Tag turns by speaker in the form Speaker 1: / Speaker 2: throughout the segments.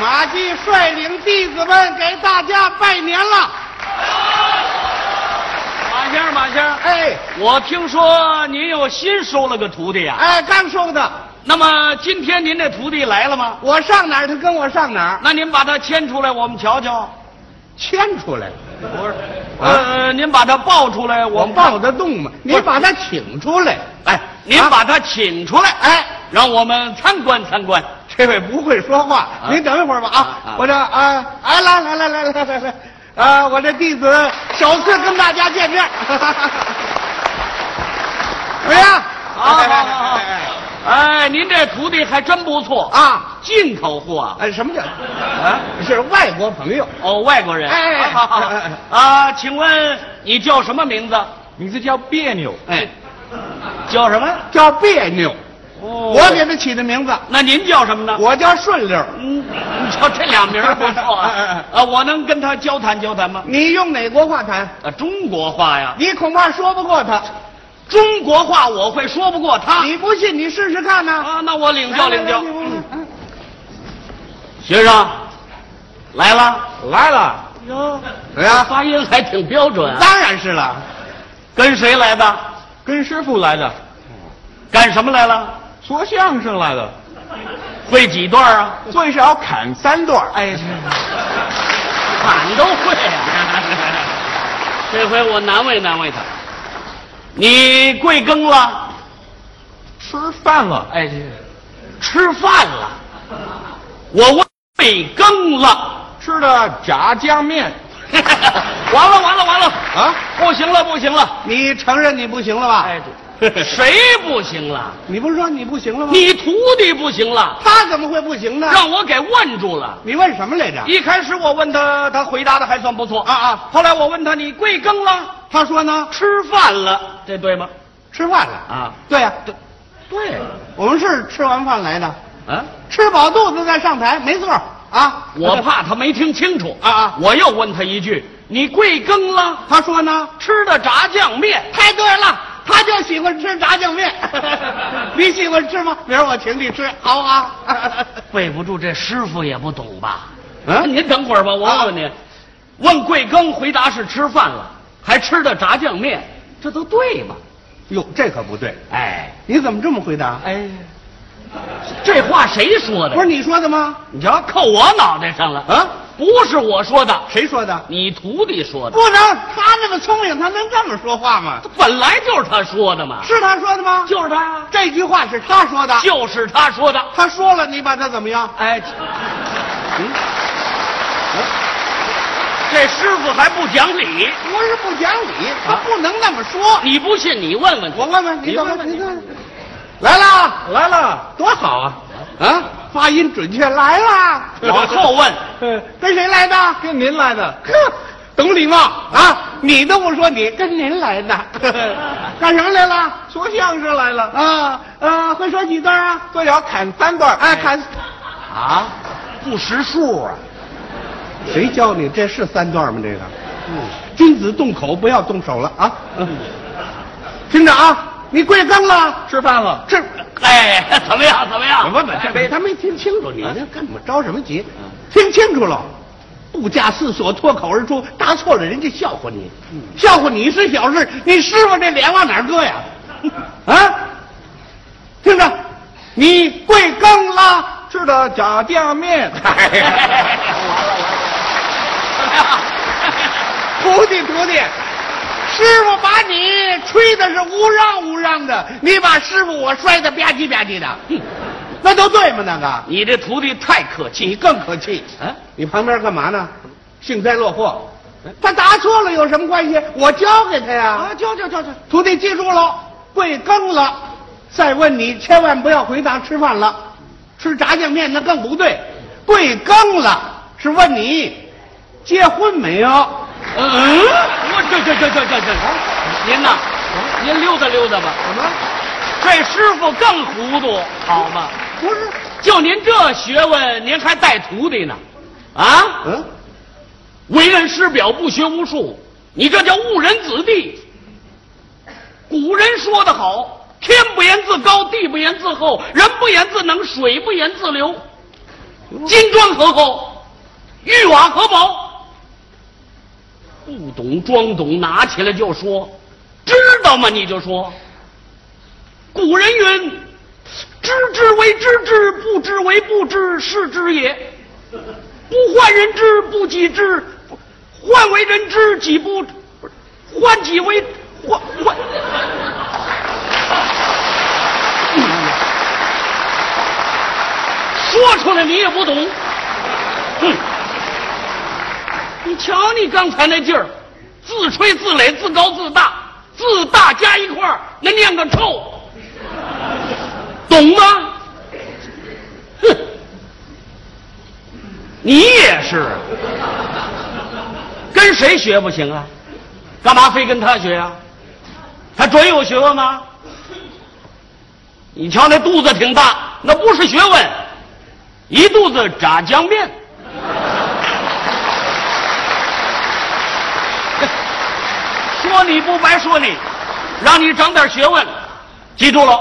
Speaker 1: 马季率领弟子们给大家拜年了。
Speaker 2: 马仙儿，马仙儿，
Speaker 1: 哎
Speaker 2: 我听说您又新收了个徒弟呀、啊
Speaker 1: 哎，刚收的，
Speaker 2: 那么今天您这徒弟来了吗？
Speaker 1: 我上哪儿他跟我上哪儿，
Speaker 2: 那您把他牵出来，我们瞧瞧。
Speaker 1: 啊牵出来，
Speaker 2: 不是，呃，您把他抱出来，我
Speaker 1: 我
Speaker 2: 们看
Speaker 1: 抱。得动吗？你
Speaker 2: 不是
Speaker 1: 把他请出来。
Speaker 2: 哎，您
Speaker 1: 啊
Speaker 2: 把他请出来，
Speaker 1: 哎，
Speaker 2: 让我们参观参观。
Speaker 1: 这位不会说话，您等一会儿吧啊
Speaker 2: 啊啊！
Speaker 1: 我这啊，哎，来来来来来来来，啊，我这弟子首次跟大家见面，怎么样？
Speaker 2: 好
Speaker 1: 哎
Speaker 2: 好好好。哎，您这徒弟还真不错
Speaker 1: 哎，啊！
Speaker 2: 进口货啊，
Speaker 1: 哎，什么叫
Speaker 2: 啊，
Speaker 1: 是外国朋友？
Speaker 2: 哦，外国人。
Speaker 1: 哎哎
Speaker 2: 好好好
Speaker 1: 哎哎
Speaker 2: 啊，请问你叫什么名字？
Speaker 3: 名字叫别扭，
Speaker 2: 哎，叫什么？
Speaker 1: 叫别扭，
Speaker 2: 哦
Speaker 1: 我给他起的名字，
Speaker 2: 那您叫什么呢？
Speaker 1: 我叫顺溜。
Speaker 2: 嗯，你瞧这俩名儿不错啊
Speaker 1: 哎哎！
Speaker 2: 啊，我能跟他交谈交谈吗？
Speaker 1: 你用哪国话谈？
Speaker 2: 啊，中国话呀，
Speaker 1: 你恐怕说不过他。
Speaker 2: 中国话我会说不过他。
Speaker 1: 你不信，你试试看呢。
Speaker 2: 啊，那我领教领教
Speaker 1: 来。来来你
Speaker 2: 嗯
Speaker 1: 不嗯
Speaker 2: 学生，来了。
Speaker 3: 来了，
Speaker 2: 哟，
Speaker 1: 怎么样？
Speaker 2: 发音还挺标准啊。
Speaker 1: 哎当然是了，
Speaker 2: 跟谁来的？
Speaker 3: 跟师傅来的，
Speaker 2: 干什么来了？
Speaker 3: 说相声来的，
Speaker 2: 会几段啊？
Speaker 3: 最少砍三段儿。
Speaker 2: 哎，俺都会啊。 这回我难为难为他。你贵庚了？
Speaker 3: 吃饭了，
Speaker 2: 哎，吃饭了。我问贵 庚了。
Speaker 3: 吃的炸酱面
Speaker 2: 完了完了完了！
Speaker 1: 啊，
Speaker 2: 不行了不行了！
Speaker 1: 你承认你不行了吧？
Speaker 2: 哎，这谁不行了？
Speaker 1: 你不是说你不行了吗？
Speaker 2: 你徒弟不行了，
Speaker 1: 他怎么会不行呢？
Speaker 2: 让我给问住了。
Speaker 1: 你问什么来着？
Speaker 2: 一开始我问他，他回答的还算不错
Speaker 1: 啊。啊！
Speaker 2: 后来我问他，你贵庚了？
Speaker 1: 他说呢，
Speaker 2: 吃饭了，这对吗？
Speaker 1: 吃饭了。
Speaker 2: 啊，
Speaker 1: 对呀、
Speaker 2: 对，对，
Speaker 1: 我们是吃完饭来的，
Speaker 2: 啊，
Speaker 1: 吃饱肚子再上台，没错儿啊。
Speaker 2: 我怕他没听清楚
Speaker 1: 啊啊
Speaker 2: 我又问他一句，你贵庚了？
Speaker 1: 他说呢，
Speaker 2: 吃的炸酱面。
Speaker 1: 太对了，他就喜欢吃炸酱 面。你喜欢吃吗？明儿我请你吃，好不好？
Speaker 2: 背啊不住，这师傅也不懂吧？
Speaker 1: 嗯
Speaker 2: 您等会儿吧，我问问您，问贵庚，回答是吃饭了，还吃的炸酱面，这都对吗？
Speaker 1: 哟，这可不对，
Speaker 2: 哎
Speaker 1: 你怎么这么回答？
Speaker 2: 哎，这话谁说的？
Speaker 1: 不是你说的吗？
Speaker 2: 你嗯瞧，扣我脑袋上了
Speaker 1: 啊！
Speaker 2: 不是我说的，
Speaker 1: 谁说的？
Speaker 2: 你徒弟说的，
Speaker 1: 不能，他那么聪明，他能这么说话吗？
Speaker 2: 本来就是他说的嘛，
Speaker 1: 是他说的吗？
Speaker 2: 就是他，
Speaker 1: 这句话是他说的，
Speaker 2: 就是他说的。
Speaker 1: 他说了，你把他怎么样？
Speaker 2: 哎，嗯，哎这师傅还不讲理，
Speaker 1: 不是不讲理，他
Speaker 2: 啊
Speaker 1: 不能那么说。
Speaker 2: 你不信你问问他
Speaker 1: 我问问你
Speaker 2: 你
Speaker 1: 怎么
Speaker 2: 问，问
Speaker 1: 你
Speaker 2: 你
Speaker 1: 看，来啦，
Speaker 3: 来了，
Speaker 1: 多好啊！啊，发音准确，来啦。
Speaker 2: 往后问，
Speaker 3: 呃，
Speaker 1: 跟谁来的？
Speaker 3: 跟您来的，
Speaker 1: 呵，懂礼貌啊！你都不说你，跟您来的， 干什么来了？
Speaker 3: 说相声来了，
Speaker 1: 啊啊，会说几段啊？
Speaker 3: 最少砍三段儿。
Speaker 1: 哎，看
Speaker 2: 啊，不识数啊！
Speaker 1: 谁教你？这是三段吗？这个，
Speaker 3: 嗯
Speaker 1: 君子动口，不要动手了啊！听着啊，你跪更了，
Speaker 3: 吃饭了，
Speaker 1: 这
Speaker 2: 哎，怎么样？怎么样？
Speaker 1: 问问这哎 位，他没听清楚，你这干嘛着什么急？听清楚了，不假思索，脱口而出，答错了，人家笑话你，笑话你是小事，你师傅这脸往哪儿搁呀？啊，听着，你跪更了，
Speaker 3: 吃的炸酱面。
Speaker 1: 哎
Speaker 2: 完了完了怎么样？
Speaker 1: 徒弟徒弟，师傅把你吹的是乌嚷乌嚷的，你把师傅我摔的吧唧吧唧的，哼那都对吗？那个，
Speaker 2: 你这徒弟太客
Speaker 1: 你
Speaker 2: 气。
Speaker 1: 更可气。
Speaker 2: 啊，
Speaker 1: 你旁边干嘛呢？幸灾乐祸。他答错了有什么关系？我教给他呀。嗯啊，教教教教。徒弟记住喽，贵庚了。再问你，千万不要回答吃饭了，吃炸酱面那更不对。贵庚了是问你结婚没有？
Speaker 2: 嗯，我这这这这这这，
Speaker 1: 啊
Speaker 2: 您呐，您溜达溜达吧。
Speaker 1: 怎么？
Speaker 2: 这师傅更糊涂，好吗？
Speaker 1: 不是？
Speaker 2: 就您这学问，您还带徒弟呢，啊？
Speaker 1: 嗯，
Speaker 2: 为人师表，不学无术，你这叫误人子弟。古人说得好：“天不言自高，地不言自厚，人不言自能，水不言自流。”金砖何厚，玉瓦何薄。不懂装懂，拿起来就说，知道吗？你就说。古人云：“知之为知之，不知为不知，是知也。不患人之，不己知；患为人知，己不不是患己为患患。”哎说出来你也不懂，哼！你瞧你刚才那劲儿，自吹自擂，自高自大，自大加一块儿，那念个臭，懂吗？哼！你也是，啊跟谁学不行啊？干嘛非跟他学啊？他准有学问吗？你瞧那肚子挺大，那不是学问，一肚子炸酱面。 说你不白说你，让你长点学问。记住了，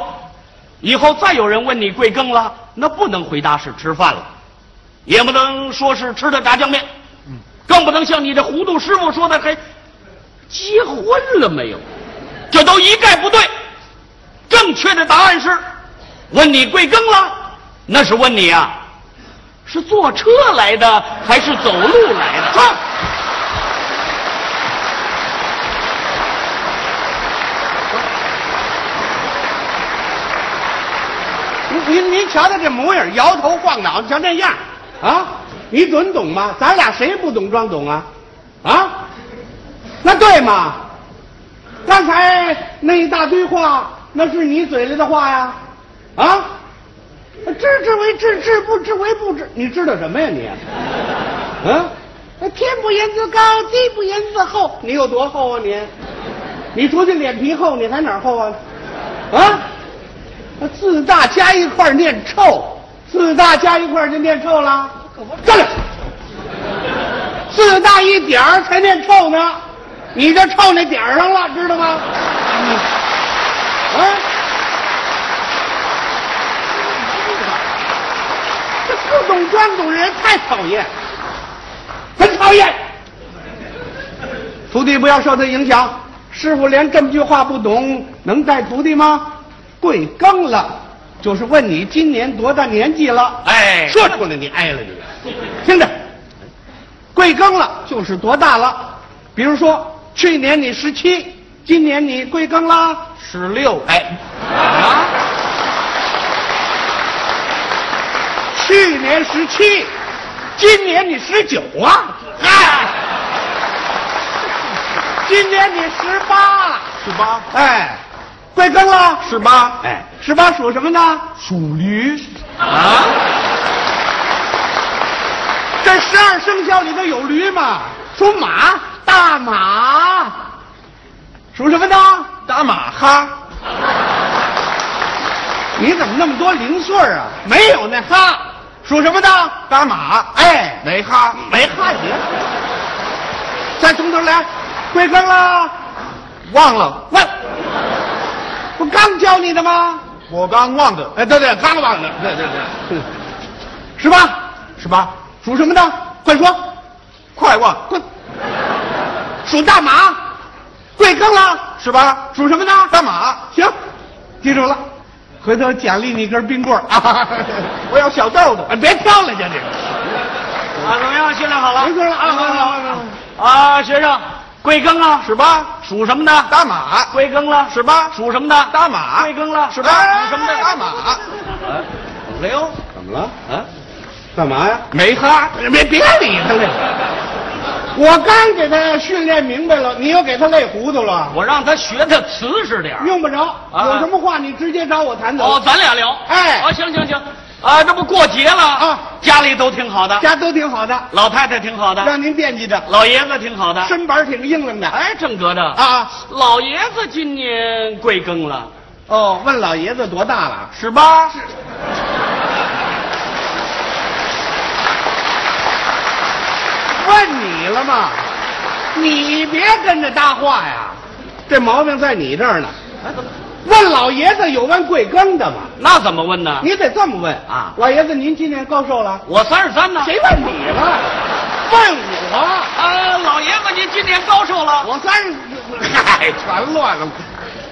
Speaker 2: 以后再有人问你贵庚了，那不能回答是吃饭了，也不能说是吃的炸酱面，
Speaker 1: 嗯
Speaker 2: 更不能像你这糊涂师傅说的还结婚了没有，这都一概不对。正确的答案是，问你贵庚了，那是问你啊，是坐车来的还是走路来的？
Speaker 1: 您您您瞧他这模样，摇头晃脑，瞧那样啊，你准懂吗？咱俩谁不懂装懂啊？啊，那对吗？刚才那一大堆话，那是你嘴里的话呀，啊，知之为知之，不知为不知，你知道什么呀你？嗯、那天不言自高，地不言自厚，你有多厚啊你？你除去脸皮厚，你还哪儿厚啊？啊？那自大加一块儿念臭，自大加一块儿就念臭了。站着，自大一点儿才念臭呢，你就臭那点儿上了，知道吗？嗯啊，这不懂装懂的人太讨厌，很讨厌。徒弟不要受他影响。师傅连这么句话不懂，能带徒弟吗？贵庚了，就是问你今年多大年纪了。
Speaker 2: 哎
Speaker 1: 说出来你挨了你。听着，贵庚了就是多大了。比如说，去年你十七，今年你贵庚啦？十六。
Speaker 2: 哎，
Speaker 1: 啊！去年十七，今年你十九啊！嗨，今年你十八，
Speaker 3: 十八，
Speaker 1: 哎，贵庚了？
Speaker 3: 十八，
Speaker 1: 哎，十八属什么呢？
Speaker 3: 属驴，
Speaker 2: 啊，
Speaker 1: 这十二生肖里头有驴吗？属马，大马。属什么呢？
Speaker 3: 打马哈，
Speaker 1: 你怎么那么多零碎儿啊？没有那哈，属什么呢？
Speaker 3: 打马，
Speaker 1: 哎。
Speaker 3: 没哈，
Speaker 1: 没哈你，再从头来，贵庚啦？
Speaker 3: 忘了，
Speaker 1: 问，不刚教你的吗？
Speaker 3: 我刚忘的，
Speaker 1: 哎，对对，刚忘了，
Speaker 3: 对对对，
Speaker 1: 是吧？
Speaker 3: 十八，
Speaker 1: 属什么的？快说，
Speaker 3: 快忘，
Speaker 1: 快！属大马，贵庚啦？
Speaker 3: 十八，
Speaker 1: 属什么的？
Speaker 3: 大马，
Speaker 1: 行，记住了，回头奖励你一根冰棍儿啊！
Speaker 3: 我要小豆的，
Speaker 1: 哎别挑了，家这个。
Speaker 2: 啊，怎么样？训练好了？
Speaker 1: 没事了
Speaker 2: 啊，
Speaker 1: 啊
Speaker 2: 好
Speaker 1: 好
Speaker 2: 好
Speaker 1: 好
Speaker 2: 好。啊，学生，贵庚啊？
Speaker 3: 十八，
Speaker 2: 属什么的？
Speaker 3: 打马，
Speaker 2: 贵庚了？
Speaker 3: 十八，
Speaker 2: 属什么的？
Speaker 3: 打马，
Speaker 2: 贵庚了？哎
Speaker 3: 十八，
Speaker 2: 属什么的？
Speaker 3: 打马，
Speaker 2: 六。
Speaker 1: 哎怎么了？
Speaker 2: 哎
Speaker 1: 啊？干嘛呀？
Speaker 3: 没哈，
Speaker 1: 别别理他了。我刚给他训练明白了，你又给他累糊涂了，
Speaker 2: 我让他学的瓷实点儿。
Speaker 1: 用不着。
Speaker 2: 啊
Speaker 1: 有什么话你直接找我谈走，。
Speaker 2: 哦咱俩聊。
Speaker 1: 哎
Speaker 2: 啊，行行行，啊，这不过节了
Speaker 1: 啊，
Speaker 2: 家里都挺好的，
Speaker 1: 家都挺好的，
Speaker 2: 老太太挺好的，
Speaker 1: 让您惦记着，
Speaker 2: 老爷子挺好的，
Speaker 1: 身板挺硬朗的。
Speaker 2: 哎，正格的。
Speaker 1: 啊，
Speaker 2: 老爷子今年贵庚了？
Speaker 1: 哦，问老爷子多大了？
Speaker 2: 十八。
Speaker 1: 问你了吗？你别跟着搭话哎呀，这毛病在你这儿呢。问老爷子有问贵庚的吗？
Speaker 2: 那怎么问呢？
Speaker 1: 你得这么问
Speaker 2: 啊
Speaker 1: 老爷子，您今年高寿了？
Speaker 2: 我三十三呢。
Speaker 1: 谁问你了？问我，
Speaker 2: 啊，老爷子，您今年高寿了？
Speaker 1: 我三十，
Speaker 2: 嗨
Speaker 1: 全乱了，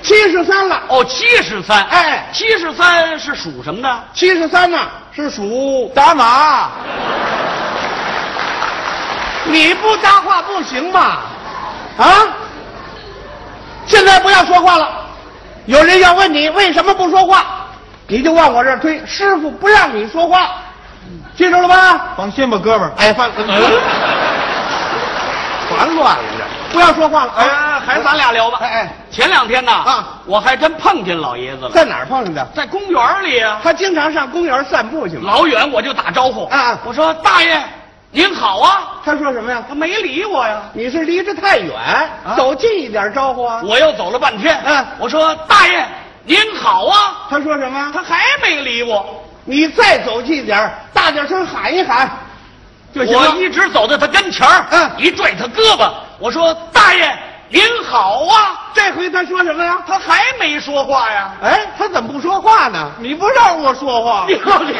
Speaker 1: 七十三了。
Speaker 2: 哦，七十三。
Speaker 1: 哎
Speaker 2: 七十三是属什么的？
Speaker 1: 七十三呢是属
Speaker 3: 打马，
Speaker 1: 你不搭话不行吧？啊！现在不要说话了，有人要问你为什么不说话，你就往我这儿推，师傅不让你说话，记住了吧？
Speaker 3: 放心吧，哥们儿。
Speaker 1: 哎，翻，全乱了，不要说话了。啊
Speaker 2: 哎，还是咱俩聊吧。
Speaker 1: 哎哎，
Speaker 2: 前两天呢，
Speaker 1: 啊，
Speaker 2: 我还真碰见老爷子了，
Speaker 1: 在哪儿碰上的？
Speaker 2: 在公园里啊，
Speaker 1: 他经常上公园散步去嘛。
Speaker 2: 老远我就打招呼。
Speaker 1: 啊
Speaker 2: 我说大爷您好啊，
Speaker 1: 他说什么呀？
Speaker 2: 他没理我呀。
Speaker 1: 你是离着太远，走近一点招呼啊。
Speaker 2: 啊我又走了半天，
Speaker 1: 嗯
Speaker 2: 我说大爷您好啊，
Speaker 1: 他说什么呀？
Speaker 2: 他还没理我，
Speaker 1: 你再走近点儿大点声喊一喊，就行
Speaker 2: 我
Speaker 1: 了。
Speaker 2: 一直走到他跟前儿，
Speaker 1: 嗯
Speaker 2: 一拽他胳膊，我说大爷您好啊，
Speaker 1: 这回他说什么呀？
Speaker 2: 他还没说话呀，
Speaker 1: 哎，他怎么不说话呢？
Speaker 3: 你不让我说话
Speaker 2: 你，到底。